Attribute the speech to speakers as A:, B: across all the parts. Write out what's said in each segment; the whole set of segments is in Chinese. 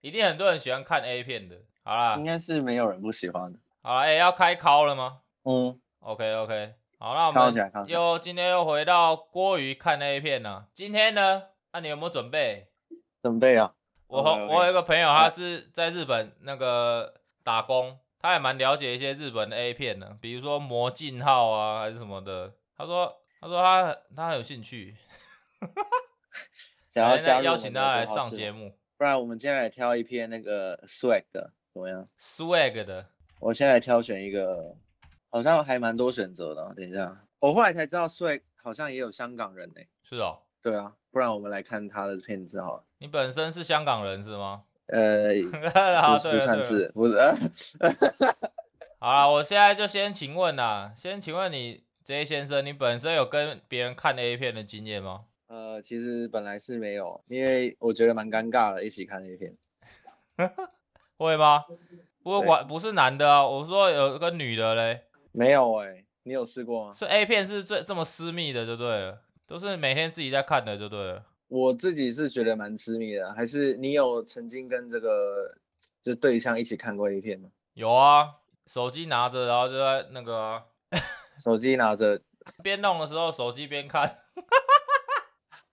A: 一定很多人喜欢看 A 片的。好啦
B: 应，该是没有人不喜欢的。
A: 好啦，哎、要开考了吗
B: 嗯，
A: ？OK OK，好，那我
B: 靠起来，
A: 们
B: 靠起来。
A: 又今天又回到郭宇看 A 片了。今天呢，那、你有没有准备？
B: 准备啊，
A: 我
B: 哦
A: 和
B: 没有
A: 我有一个朋友，他
B: 嗯
A: 是在日本那个打工，他也蛮了解一些日本的 A 片的，比如说《魔镜号》啊，还是什么的。他说，他说他他很有兴趣，
B: 想要
A: 来
B: 加
A: 来
B: 入
A: 哎邀
B: 我
A: 请
B: 们
A: 他
B: 的
A: 来
B: 国
A: 上
B: 号室
A: 节
B: 吗，
A: 目
B: 不然我们今天来挑一篇那个 swag 的怎么样？
A: ，swag 的。
B: 我先来挑选一个，好像还蛮多选择的哦。等一下，我后来才知道 swag 好像也有香港人呢、
A: 是哦，
B: 对啊，不然我们来看他的片子好了。
A: 你本身是香港人是吗？
B: 呃，
A: 好，啊
B: 不
A: 对
B: 不
A: 了
B: 算
A: 对了，
B: 是，不是。呃
A: 好啦，我现在就先请问啦，先请问你 J 先生，你本身有跟别人看 A 片的经验吗？
B: 呃，其实本来是没有，因为我觉得蛮尴尬的，一起看那片。
A: 会吗？不
B: 对
A: 管不是男的啊，我说有个女的嘞，
B: 没有哎、你有试过吗？
A: 所以 A 片是最这么私密的就对了，都是每天自己在看的就对了。
B: 我自己是觉得蛮痴迷的，还是你有曾经跟这个就对象一起看过一片吗？
A: 有啊，手机拿着，然后就在那个啊
B: 手机拿着，
A: 边、弄的时候手机边看，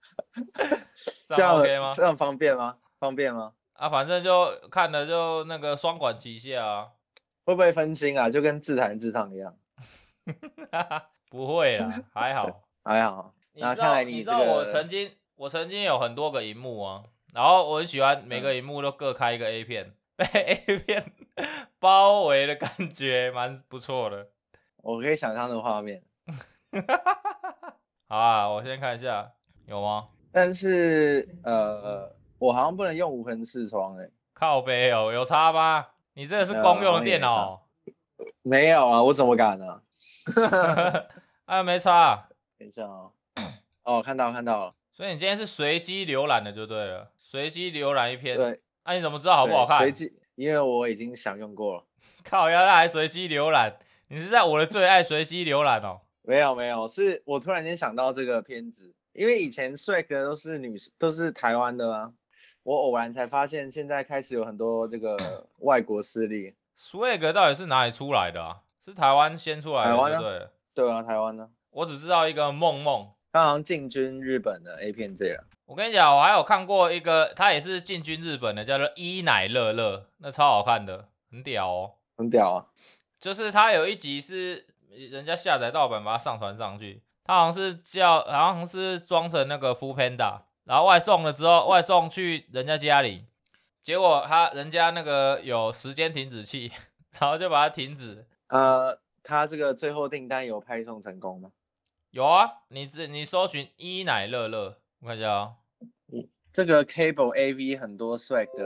A: 这
B: 这样
A: 样 OK 吗？
B: 这样方便吗？方便吗？
A: 啊，反正就看了就那个双管齐下啊。
B: 会不会分心啊？就跟自弹自唱一样，
A: 不会啦，还好。
B: 还好。
A: 你
B: 那
A: 知
B: 看
A: 道，
B: 来
A: 你
B: 你
A: 知
B: 这
A: 道我
B: 个
A: 曾经，我曾经有很多个荧幕啊，然后我很喜欢
B: 嗯
A: 每个荧幕都各开一个 A 片，被 A 片包围的感觉蛮不错的。
B: 我可以想象的画面，
A: 好啊，我先看一下有吗？
B: 但是呃，我好像不能用无痕视窗哎、
A: 靠背哦，有差吗？你这个
B: 呃
A: 是公用的电脑
B: 没有啊，我怎么敢呢、
A: 哦， 啊，没差啊，
B: 等一下哦，哦，看到看到了，
A: 所以你今天是随机浏览的就对了，随机浏览一篇。
B: 对，
A: 啊，你怎么知道好不好
B: 对
A: 看
B: 随？机，因为我已经享用过了。
A: 靠腰，要还随机浏览，你是在我的最爱随机浏览哦。
B: 没有没有，是我突然间想到这个片子，因为以前 swag 的都是女生，都是台湾的啊。我偶然才发现，现在开始有很多这个外国势力，
A: swag 到底是哪里出来的啊？是台湾先出来的，
B: 台湾
A: 对
B: 啊
A: 不对？
B: 对啊，台湾呢，
A: 我只知道一个梦梦。
B: 他好像进军日本的 A 片界了。
A: 我跟你讲，我还有看过一个，他也是进军日本的，叫做伊奶乐乐，那超好看的，很屌哦。
B: 很屌啊！
A: 就是他有一集是人家下载盗版把它上传上去，他好像是叫，好像是装成那个 f o o Panda，然后外送了之后外送去人家家里，结果他人家那个有时间停止器， 然后就把它停止。
B: 呃，他这个最后订单有派送成功吗？
A: 有啊，你只你搜寻伊奶乐乐，我看一下啊、
B: 这个 Cable AV 很多 swag 的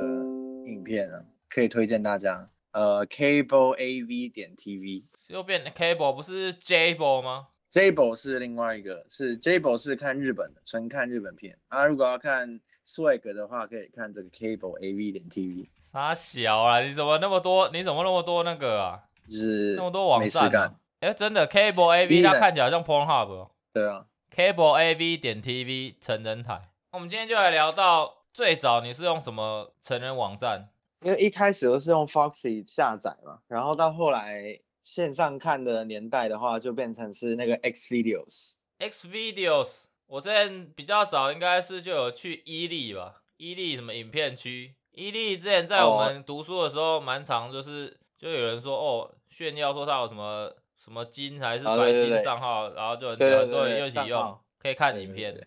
B: 影片啊，可以推荐大家。呃，Cable AV 点 TV。
A: 又变 Cable 不是 Jable 吗？
B: Jable 是另外一个，是 Jable 是看日本的，纯看日本片。啊，如果要看 Swag 的话，可以看这个 Cable AV 点 TV，
A: 傻小啊！你怎么那么多？你怎么那么多那个啊？
B: 就是
A: 那么多网
B: 没事
A: 站、啊
B: 干。？
A: 哎、真的 Cable
B: 伊
A: AV 它
B: 奶
A: 看起来像 Pornhub 哦、
B: 对啊，
A: Cable AV 点 TV 成人台。我们今天就来聊到最早你是用什么成人网站？
B: 因为一开始都是用 Foxy 下载嘛，然后到后来线上看的年代的话，就变成是那个 X Videos。
A: X Videos，我之前比较早应该是就有去伊利吧，伊利什么影片区，伊利之前在我
B: 哦
A: 们读书的时候蛮常就是就有人说哦炫耀说他有什么什么金还是
B: 啊
A: 白
B: 对对
A: 金
B: 对
A: 账号，然后就很
B: 对对
A: 很多
B: 对
A: 人
B: 对
A: 一起
B: 账
A: 用
B: 号
A: 可以看
B: 对
A: 影
B: 对
A: 片
B: 对，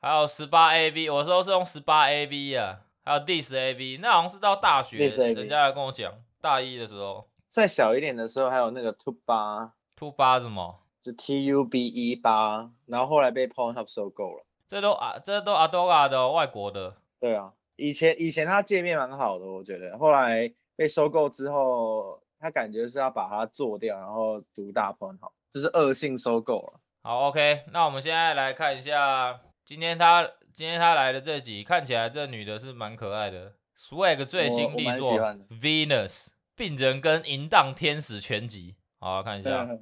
A: 还有十八 AV，我那时候是用十八 AV 啊，还有 Dis AV，那好像是到大学
B: Dis AV
A: 人家来跟我讲大一的时候
B: 再小一点的时候，还有那个 Tube 八，
A: ，Two 八什么，
B: 就 T U B E 八，然后后来被 Pornhub 收购了。
A: 这都啊这都 Adora 的哦外国的。
B: 对啊，以前以前它界面蛮好的，我觉得。后来被收购之后，他感觉是要把它做掉，然后独大 p o 好，就是恶性收购了。
A: 好，OK，那我们现在来看一下，今天他今天他来的这集，看起来这女的是蛮可爱的。Swag 最新
B: 我
A: 力
B: 蛮
A: 作
B: 喜
A: 《
B: 欢的
A: Venus 病人跟淫荡天使全集》，好看一
B: 啊
A: 下。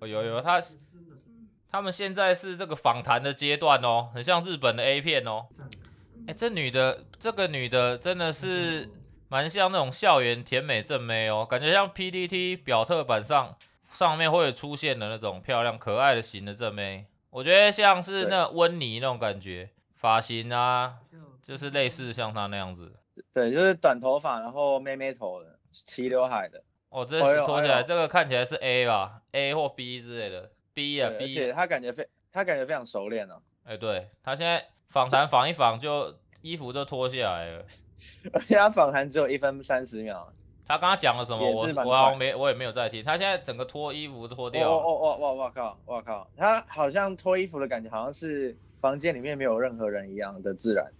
A: 哦、有有，他他们现在是这个访谈的阶段哦，很像日本的 A 片哦。哎、这女的，这个女的真的是蛮像那种校园甜美正妹哦，感觉像 PPT 表特版上上面会出现的那种漂亮可爱的型的正妹，我觉得像是那温妮那种感觉，发型啊，就是类似像她那样子。
B: 对，就是短头发，然后妹妹头的，齐刘海的，
A: 哦，这
B: 哎
A: 是
B: 呦
A: 脱
B: 哎
A: 下来，
B: 呦
A: 这个看起来是 A 吧，A 或 B 之类的，B 啊
B: 对而且
A: ，B，
B: 她感觉非她感觉非常熟练哦、
A: 哎，对他现在访谈访一访就衣服就脱下来了。
B: 而且她访谈只有一分三十秒，
A: 他刚刚讲了什么？
B: 也
A: 我
B: 是蛮
A: 我好像
B: 快
A: 没我也没有在听。他现在整个脱衣服脱
B: 哦
A: 掉了，
B: 哦哦哇哇靠哇靠，她好像脱衣服的感觉，好像是房间里面没有任何人一样的自然。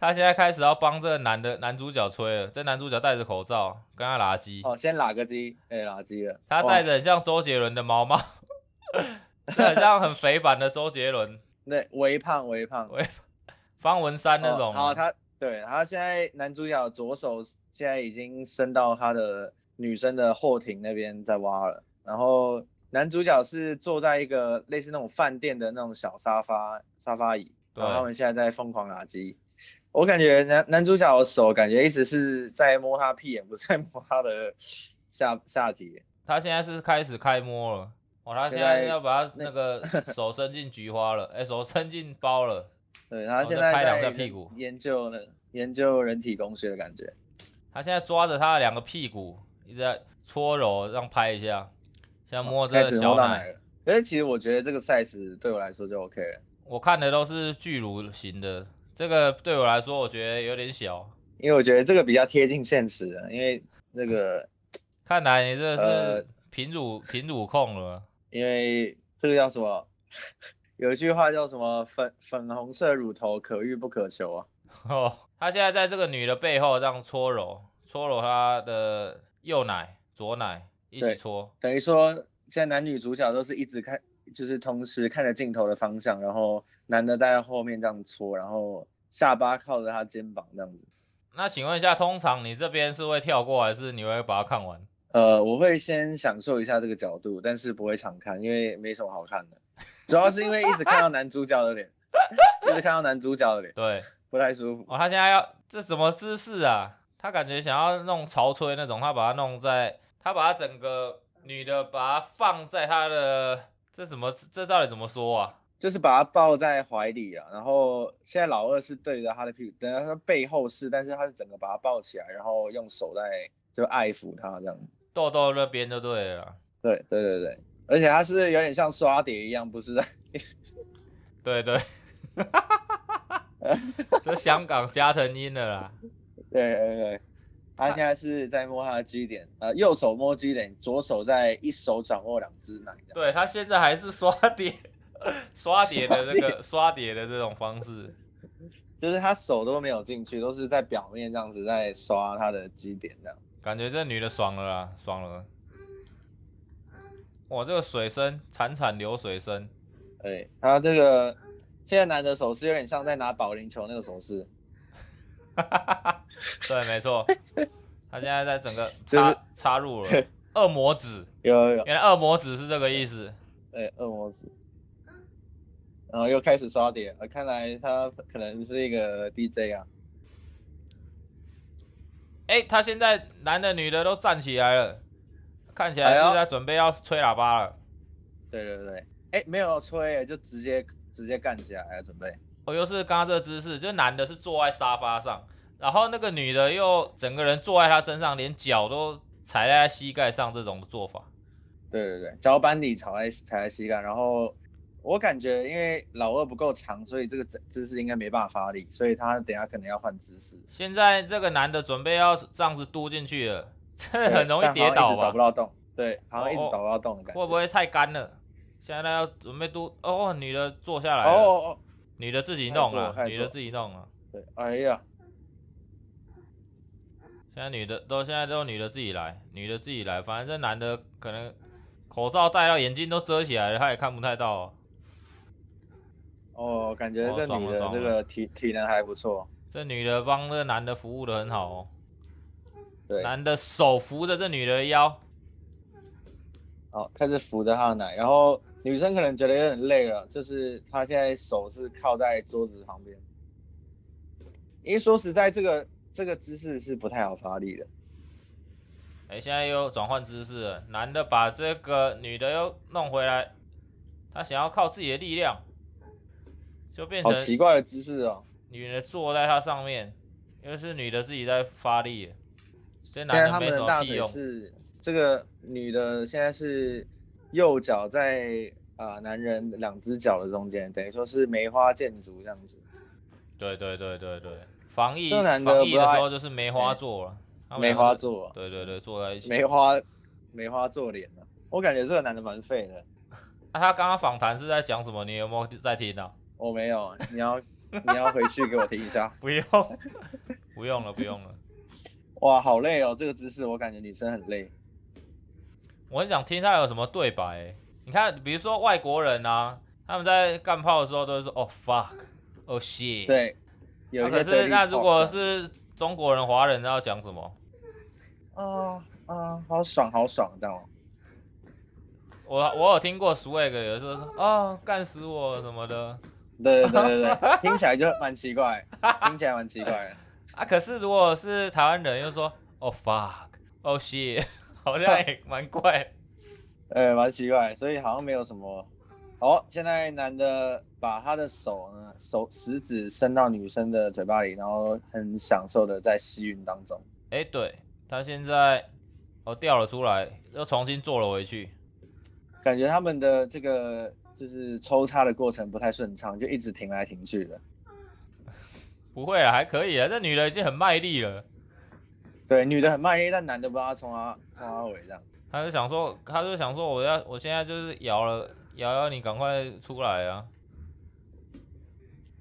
A: 他现在开始要帮这个男的男主角吹了。这男主角戴着口罩，跟他拉鸡，
B: 哦，先拉个鸡，哎、拉鸡了，
A: 他戴
B: 着
A: 着很像周杰伦的毛 毛，这很像很肥版的周杰伦，
B: 那微胖微胖
A: 喂，方文山那种
B: 哦
A: 嘛。
B: 好，他对他现在男主角左手现在已经伸到他的女生的后庭那边在挖了，然后男主角是坐在一个类似那种饭店的那种小沙发沙发椅，
A: 对
B: 然后他们现在在疯狂打击。我感觉男男主角的手感觉一直是在摸他屁眼，不是在摸他的下下体。
A: 他现在是开始开摸了。哦，他现
B: 现
A: 在
B: 在
A: 要把他那个手伸进菊花了， 哎、手伸进包了。
B: 对
A: 然
B: 他
A: 后
B: 现
A: 再哦
B: 在
A: 拍两
B: 在
A: 下屁股
B: 研究呢，研究人体工学的感觉。
A: 他现在抓着他的两个屁股，一直在搓揉，让拍一下，像摸这
B: 哦开
A: 个
B: 始
A: 小
B: 摸到
A: 奶。
B: 了。可是其实我觉得这个 size 对我来说就 OK 了，
A: 我看的都是巨乳型的，这个对我来说我觉得有点小。
B: 因为我觉得这个比较贴近现实的，因为那个
A: 看来你这
B: 呃
A: 是平乳、平乳控了，
B: 因为这个叫什么？ 有一句话叫什么粉粉红色乳头可遇不可求啊，
A: 哦，他现在在这个女的背后这样搓揉，搓揉她的右奶、左奶一起
B: 对
A: 搓。
B: 等于说现在男女主角都是一直看，就是同时看着镜头的方向，然后男的在后面这样搓，然后下巴靠着他肩膀这样子。
A: 那请问一下，通常你这边是会跳过，还是你会把它看完？
B: 呃，我会先享受一下这个角度，但是不会常看，因为没什么好看的。主要是因为一直看到男主角的脸， 一直看到男主角的脸，
A: 对，
B: 不太舒服。
A: 哦，他现在要这什么姿势啊？他感觉想要弄潮吹那种，他把它弄在，他把他整个女的把它放在他的这什么这到底怎么说啊？
B: 就是把他抱在怀里啊，然后现在老二是对着他的屁股，等于他背后是，但是他是整个把他抱起来，然后用手在就爱抚他这样。
A: 豆豆那边就对了啦，
B: 对对对对，而且他是有点像刷碟一样，不是在
A: 对对， 这香港加藤鹰的啦，
B: 对对对，他现在是在摸他的 G 点，呃，右手摸 G 点，左手在一手掌握两只奶这样。
A: 对他现在还是刷碟，刷碟的这个刷碟的这种方式，
B: 就是他手都没有进去，都是在表面这样子在刷他的基点这样。
A: 感觉这女的爽了啦，爽了。哇，这个水声潺潺流水声，
B: 对，他这个现在男的手势有点像在拿保龄球那个手势，
A: 对，没错，他现在在整 个
B: 就
A: 插
B: 是
A: 插入了恶魔指，
B: 有有有，
A: 原来恶魔指是这个意思。
B: 对，呃恶魔子。然后又开始刷碟，呃看来他可能是一个 DJ 啊。
A: 哎、他现在男的女的都站起来了，看起来
B: 哎
A: 是
B: 呦
A: 在准备要吹喇叭了。
B: 对对对，哎，没有吹，就直接直接干起来，啊准备。
A: 我、哦又是刚刚这个姿势，就男的是坐在沙发上，然后那个女的又整个人坐在他身上，连脚都踩在他膝盖上，这种做法。
B: 对对对，脚板底踩在踩在膝盖，然后我感觉因为老二不够长，所以这个姿姿势应该没办法发力，所以他等一下可能要换姿势。
A: 现在这个男的准备要这样子嘟进去了，这
B: 对
A: 很容易
B: 但
A: 跌
B: 好像
A: 倒
B: 一直
A: 吧
B: 找不？到洞。对，好像一直
A: 哦哦
B: 找不到洞的感觉。
A: 会不会太干了？现在要准备嘟哦，女的坐下来
B: 哦
A: 了，
B: 哦哦，
A: 女的自己弄
B: 开始做
A: 了
B: 了，开始
A: 女
B: 做
A: 的
B: 了
A: 自己弄啊了。
B: 对，哎呀，
A: 现在女的都现在都女的自己来，女的自己来，反正这男的可能口罩戴到眼睛都遮起来了，他也看不太到、哦。
B: 哦，感觉
A: 哦
B: 这
A: 爽
B: 女
A: 了
B: 的
A: 爽
B: 这
A: 了
B: 个体体能还不错。
A: 这女的帮这男的服务的很好哦，
B: 对，
A: 男的手扶着这女的的腰，
B: 好，哦开始扶着她的奶，然后女生可能觉得有点累了，就是她现在手是靠在桌子旁边。因为说实在，这个这个姿势是不太好发力的。
A: 哎、现在又转换姿势了，男的把这个女的又弄回来，他想要靠自己的力量，就变
B: 好
A: 成
B: 奇怪的姿势哦！
A: 女的坐在他上面，又是女的自己在发力了，这
B: 现在
A: 男
B: 他
A: 的没
B: 们
A: 什
B: 的
A: 么
B: 大
A: 屁
B: 腿
A: 用。
B: 是这个女的现在是右脚在啊、呃男人两只脚的中间，等于说是梅花剑足这样子。
A: 对对对对对，防疫
B: 这男的
A: 防疫
B: 不知道
A: 时候就是梅花座了，他们
B: 梅
A: 两个
B: 花
A: 是，
B: 座，
A: 对对对，坐在一起。
B: 梅花梅花座脸啊！我感觉这个男的蛮废的。
A: 那、他刚刚访谈是在讲什么？你有没有在听啊？
B: 我没有，你要你要回去给我听一下。
A: 不用，不用了，不用了。
B: 哇，好累哦，这个姿势我感觉女生很累。
A: 我很想听他有什么对白欸、你看，比如说外国人啊，他们在干炮的时候都会说“哦 fuck”、“哦 shit”。。
B: 对，有
A: 啊、
B: 一
A: 可是
B: 些 dirty
A: 那
B: talk
A: 如果是中国人、华人，那要讲什么？
B: 啊啊，好爽好爽，这样哦。
A: 我我有听过 swag 有的时候说哦干死我什么的
B: 对对对对对，听起来就蛮奇怪，听起来蛮奇怪的。
A: 啊，可是如果是台湾人又说哦 fuck、哦 shit，好 像也蛮 怪。
B: 呃，蛮奇怪，所以好像没有什么。好，现在男的把他的手呢，手食指伸到女生的嘴巴里，然后很享受的在吸吮当中。
A: 哎、对他现在哦掉了出来，又重新坐了回去。
B: 感觉他们的这个就是抽插的过程不太顺畅，就一直停来停去的。
A: 不会啊，还可以啊，这女的已经很卖力了。
B: 对，女的很卖力，但男的不知道从他从他尾这样。
A: 他就想说，他就想说，我要，我现在就是摇了摇摇你，赶快出来啊！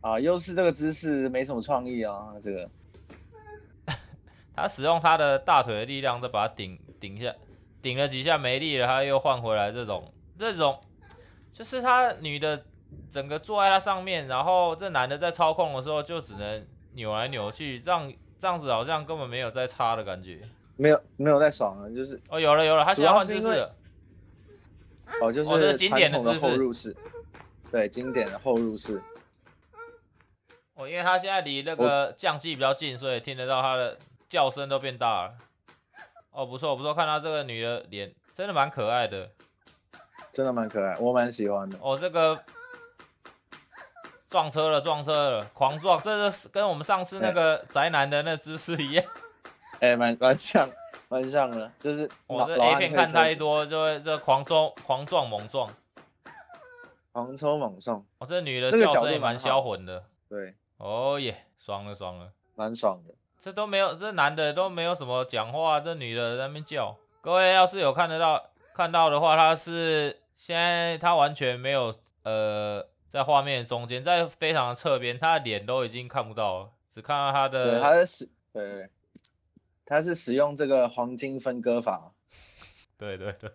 B: 啊，优势这个姿势没什么创意啊，这个
A: 他使用他的大腿的力量，再把它顶顶下，顶了几下没力了，他又换回来。这种这种，就是他女的整个坐在他上面，然后这男的在操控的时候就只能扭来扭去，这样这样子好像根本没有在插的感觉。
B: 没有没有在爽了，就是
A: 哦，有了有了，他现在换姿势
B: 主要是因为
A: 了，
B: 哦，就
A: 哦这是
B: 是
A: 经
B: 传
A: 典的
B: 统的
A: 姿势
B: 后入式，对，经典的后入式。
A: 哦，因为他现在离那个降气比较近，所以听得到他的叫声都变大了。哦，不错不错，看到这个女的脸真的蛮可爱的。
B: 真的蛮可爱，我蛮喜欢的。
A: 哦，这个撞车了，撞车了，狂撞，这个是跟我们上次那个宅男的那姿势一样。
B: 哎、蛮蛮像，蛮像的，就是
A: 我、哦、
B: 老
A: 这
B: 老
A: A
B: 汉
A: 片
B: 可以
A: 看太
B: 抽
A: 多，就会这狂撞、狂撞、猛撞。
B: 狂抽猛送，
A: 哦，这女的
B: 这个
A: 叫
B: 角
A: 声
B: 度
A: 也蛮
B: 蛮好
A: 销魂的。
B: 对，
A: 哦耶，爽了爽了。
B: 蛮爽的。
A: 这都没有，这男的都没有什么讲话，这女的在那边叫。各位要是有看得到看到的话，他是现在他完全没有呃在画面中间，在非常的侧边，他的脸都已经看不到了，只看到他
B: 对，他
A: 的
B: 是使对对对，他是使用这个黄金分割法，
A: 对对对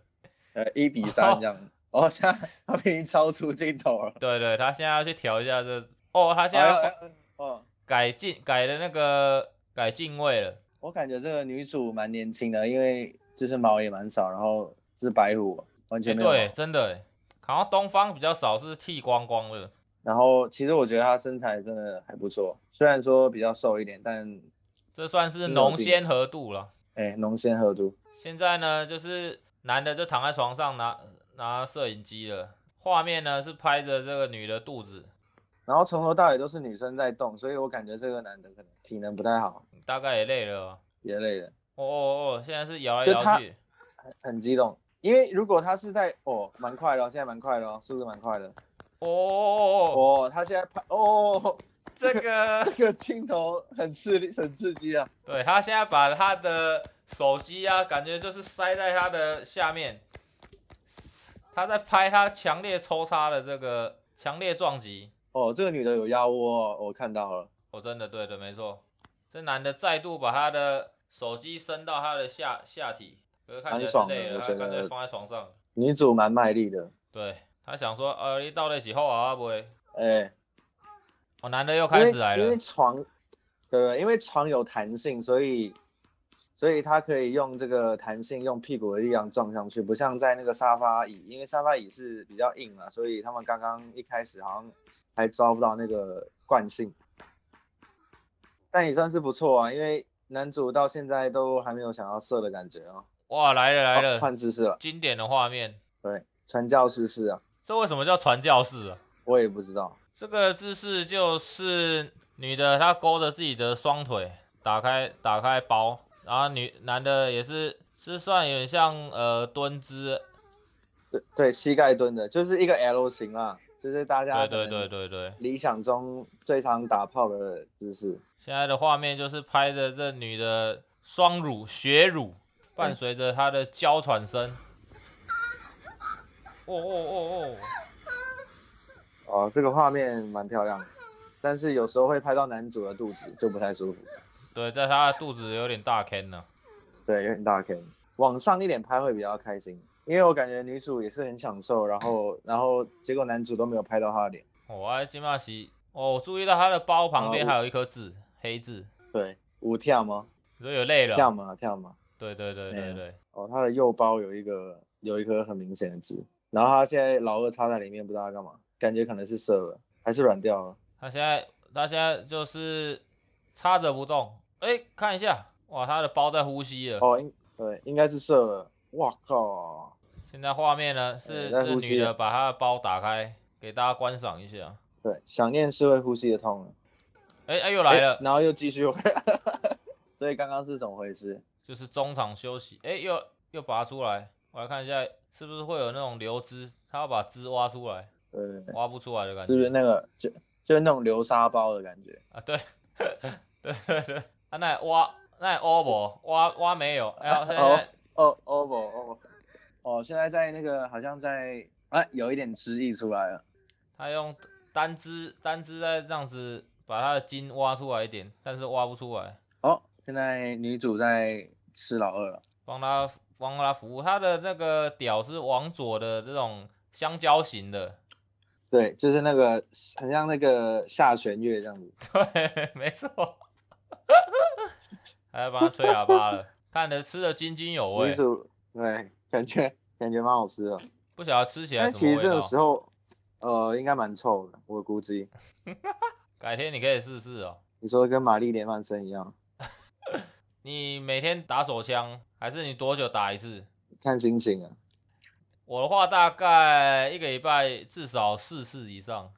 B: 呃，一比三这样。哦，现在他已经超出镜头了。
A: 对对，他现在要去调一下这哦，他现
B: 哎呦
A: 在
B: 哎呦哦，
A: 改进改的那个改进位了，
B: 我感觉这个女主蛮年轻的，因为就是毛也蛮少，然后是白虎，完
A: 哎
B: 全没有毛。
A: 对，真的哎，好像东方比较少是剃光光的，
B: 然后其实我觉得她身材真的还不错，虽然说比较瘦一点，但
A: 这算是
B: 嗯
A: 浓
B: 我记得
A: 鲜合度了。
B: 哎，浓鲜合度。
A: 现在呢，就是男的就躺在床上拿拿摄影机了，画面呢是拍着这个女的肚子，
B: 然后从头到尾都是女生在动，所以我感觉这个男的可能体能不太好，
A: 大概也累了吧。
B: 也累了，
A: 哦哦哦，现在是摇来
B: 就
A: 摇
B: 他
A: 去，
B: 很很激动。因为如果他是在哦，蛮快的、哦，现在蛮快的、哦，速度蛮快的。
A: 哦哦哦哦，
B: 哦，他现在拍哦，
A: 这个
B: 这 个镜头很刺激，很刺激啊！
A: 对他现在把他的手机啊，感觉就是塞在他的下面，他在拍他强烈抽插的这个强烈撞击。
B: 哦，这个女的有腰窝哦、我看到了。
A: 哦，真的对的，没错。这男的再度把他的手机伸到他的下下体，可是看起来
B: 蛮
A: 是
B: 爽的
A: 累了，
B: 我
A: 他
B: 觉
A: 干脆
B: 得
A: 放在床上。
B: 女主蛮卖力的，
A: 对他想说，呃，你到底洗后啊不会？
B: 哎，
A: 哦，男的又
B: 因
A: 开
B: 为
A: 始来
B: 因为
A: 了。
B: 床，对不对？因为床有弹性，所以所以他可以用这个弹性，用屁股的力量撞上去，不像在那个沙发椅，因为沙发椅是比较硬嘛，啊所以他们刚刚一开始好像还抓不到那个惯性，但也算是不错啊，因为男主到现在都还没有想要射的感觉啊。
A: 哇，来了来
B: 哦
A: 了，
B: 换姿势了，
A: 经典的画面。
B: 对，传教士是啊，
A: 这为什么叫传教士啊？
B: 我也不知道。
A: 这个姿势就是女的她勾着自己的双腿，打开打开包，然后女男的也是是算有点像呃蹲姿，
B: 对对，膝盖蹲的，就是一个 L 型啦，就是大家
A: 对对
B: 可能
A: 对对对。
B: 理想中最常打炮的姿势。
A: 现在的画面就是拍着这女的双乳血乳，伴随着她的娇喘声。哦哦哦哦！
B: 哦，这个画面蛮漂亮的，但是有时候会拍到男主的肚子，就不太舒服。
A: 对，在她的肚子有点大坑呢。
B: 对，有点大坑，往上一点拍会比较开心，因为我感觉女主也是很享受，然后然后结果男主都没有拍到她的脸。
A: 我爱金马西，哦，我注意到她的包旁边
B: 啊我
A: 还有一颗痣，黑痣，
B: 对，舞跳吗？
A: 你说有累了
B: 跳？吗？跳吗？
A: 对对对
B: 没
A: 对
B: 有
A: 对，
B: 哦，她的右包有一个有一颗很明显的痣，然后她现在老二插在里面，不知道要干嘛，感觉可能是射了，还是软掉了。
A: 她现在她现在就是插着不动。哎，看一下，哇，她的包在呼吸了。
B: 哦，应对，应该是射了。哇靠！
A: 现在画面呢
B: 呃
A: 是
B: 在
A: 这
B: 呼吸
A: 女的
B: 了
A: 把她的包打开，给大家观赏一下。
B: 对，想念是会呼吸的痛了。
A: 哎、哎、又来了
B: 诶，然后又继续回来， 所以刚刚是怎么回事？
A: 就是中场休息。哎、又又拔出来，我来看一下是不是会有那种流汁，他要把汁挖出来，
B: 对对对，
A: 挖不出来的感觉
B: 是不是那个就就是那种流沙包的感觉？
A: 啊？对，对对对，啊那也挖那也挖不挖挖没有，哎、呀，现
B: 哦
A: 在
B: 哦哦不哦不哦，现在在那个好像在啊，有一点汁溢出来了。
A: 他用单只单只在这样子把他的筋挖出来一点，但是挖不出来，
B: 哦，现在女主在吃老二了。
A: 帮他帮他服务，他的那个屌是往左的这种香蕉型的，
B: 对，就是那个很像那个下弦月这样子。
A: 对，没错，还要帮他吹喇叭了，看着吃的津津有
B: 女
A: 味，
B: 主对，感觉感觉蛮好吃的，
A: 不晓得吃起来
B: 但
A: 什
B: 其
A: 么
B: 实
A: 味
B: 这
A: 道
B: 个。时候呃应该蛮臭的，我估计。
A: 改天你可以试试哦。
B: 你说跟玛丽莲曼森一样，
A: 你每天打手枪，还是你多久打一次？
B: 看心情啊。
A: 我的话大概一个礼拜至少四次以上。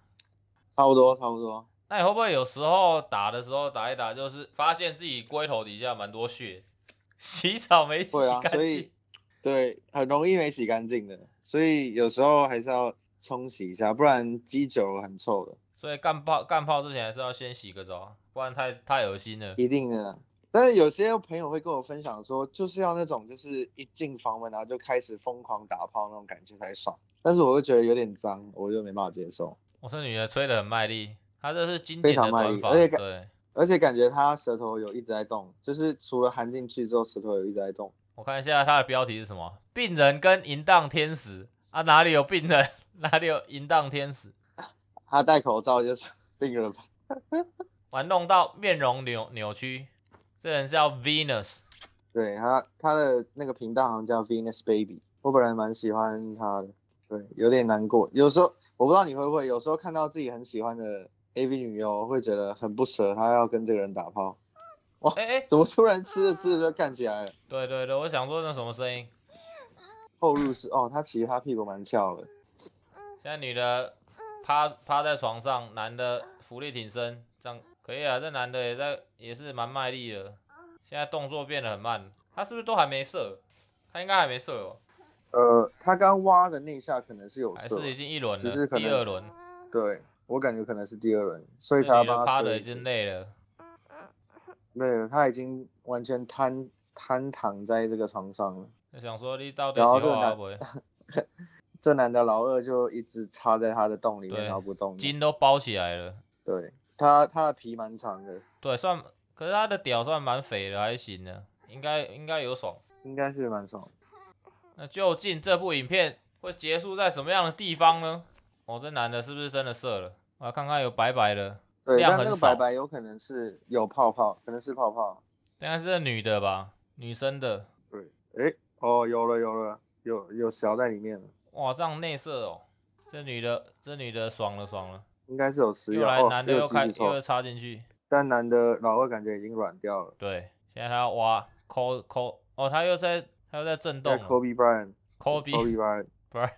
B: 差不多，差不多。
A: 那你会不会有时候打的时候打一打，就是发现自己龟头底下蛮多血， 洗澡没洗
B: 会啊
A: 干
B: 所
A: 净
B: 以？对，很容易没洗干净的，所以有时候还是要冲洗一下，不然鸡酒很臭的，
A: 所以干泡干泡之前还是要先洗个澡，不然太太恶心了。
B: 一定的。啊但是有些朋友会跟我分享说，就是要那种就是一进房门然后就开始疯狂打炮那种感觉才爽，但是我会觉得有点脏，我就没办法接受，
A: 我是女的，吹得很卖力，她这是经典
B: 非
A: 的
B: 常卖
A: 短
B: 力
A: 发，
B: 而且感
A: 对
B: 而且感觉他舌头有一直在动，就是除了含进去之后，舌头有一直在动。
A: 我看一下她的标题是什么？病人跟淫荡天使啊，哪里有病人， 哪里有淫荡天使？
B: 他戴口罩就是 病人吧？
A: 玩弄到面容扭扭曲，这人叫 Venus，
B: 对他他的那个频道好像叫 Venus Baby，我本来蛮喜欢他的，对，有点难过。有时候我不知道你会不会，有时候看到自己很喜欢的 AV 女优，会觉得很不舍，她要跟这个人打炮，
A: 哎、哎、
B: 怎么突然吃着吃着就干起来了？
A: 对对对，我想说那什么声音？
B: 后入是哦，他其实他屁股蛮翘的，
A: 现在女的趴趴在床上，男的浮力挺身，这样可以啊。这男的也在也是蛮卖力的，现在动作变得很慢。他是不是都还没射？他应该还没射哦，
B: 呃，他刚挖的那一下可能是有
A: 还
B: 色，
A: 是已经一轮
B: 只是
A: 了，
B: 可
A: 第
B: 能
A: 二轮。
B: 对我感觉可能是第二轮，所以才
A: 这
B: 要
A: 女的
B: 帮
A: 趴
B: 他
A: 的
B: 吹
A: 已
B: 一次
A: 经累了，
B: 对了，他已经完全瘫瘫躺在这个床上了。
A: 就想说你到底
B: 然后
A: 喜
B: 这个
A: 欢
B: 男
A: 不会？
B: 这男的老二就一直插在他的洞里面，
A: 对
B: 然后不动。
A: 筋都包起来了。
B: 对他，他的皮蛮长的，
A: 对，算，可是他的屌算蛮肥的，还行呢，应该应该有爽。
B: 应该是蛮爽。
A: 那究竟这部影片会结束在什么样的地方呢？哦，这男的是不是真的射了？我来看看有白白的，
B: 对，
A: 量
B: 但
A: 很
B: 那个
A: 少
B: 白白有可能是有泡泡，可能是泡泡。
A: 应该是这女的吧，女生的。
B: 对，诶，哦，有了有了，有有小在里面了，
A: 哇，这样内射哦，这女的这女的爽了爽了，
B: 应该是有食
A: 又
B: 用
A: 来
B: 哦，
A: 男的
B: 又
A: 又
B: 有鸡
A: 开
B: 皮
A: 又
B: 臭，
A: 插进去，
B: 但男的老二感觉已经软掉了。
A: 对，现在他要挖抠抠哦，他又在他又在震动
B: 叫
A: 了
B: Kobe Bryant，Kobe
A: ，Kobe
B: Bryant，
A: Bryant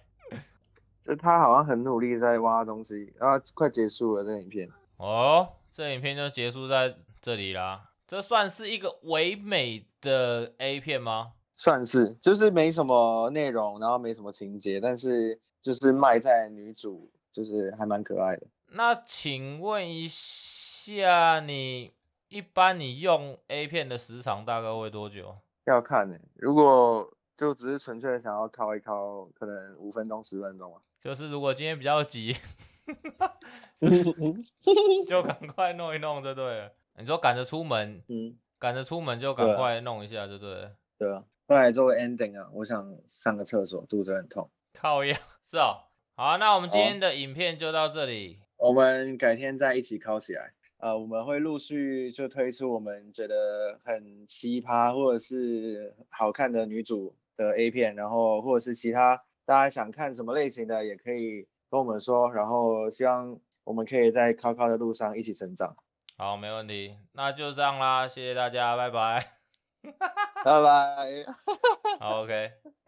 B: 就他好像很努力在挖东西啊，快结束了这个影片。
A: 哦，这影片就结束在这里啦。这算是一个唯美的 A 片吗？
B: 算是，就是没什么内容，然后没什么情节，但是就是卖在女主，就是还蛮可爱的。
A: 那请问一下你，一般你用 A 片的时长大概会多久？
B: 要看呢、欸如果就只是纯粹地想要靠一靠，可能五分钟、十分钟啊。
A: 就是如果今天比较急，
B: 嗯
A: 就赶快弄一弄就对了。你说赶着出门，
B: 嗯，
A: 赶着出门就
B: 对
A: 赶
B: 啊
A: 快弄一下就对了。
B: 对啊。后来做个 ending 啊，我想上个厕所，肚子很痛。
A: 靠呀，是哦。好，那我们今
B: 好
A: 天的影片就到这里。
B: 我们改天再一起考起来。呃，我们会陆续就推出我们觉得很奇葩或者是好看的女主的 A 片，然后或者是其他大家想看什么类型的，也可以跟我们说。然后希望我们可以在考考的路上一起成长。
A: 好，没问题，那就这样啦，谢谢大家，拜拜。
B: 拜拜。
A: 好，OK。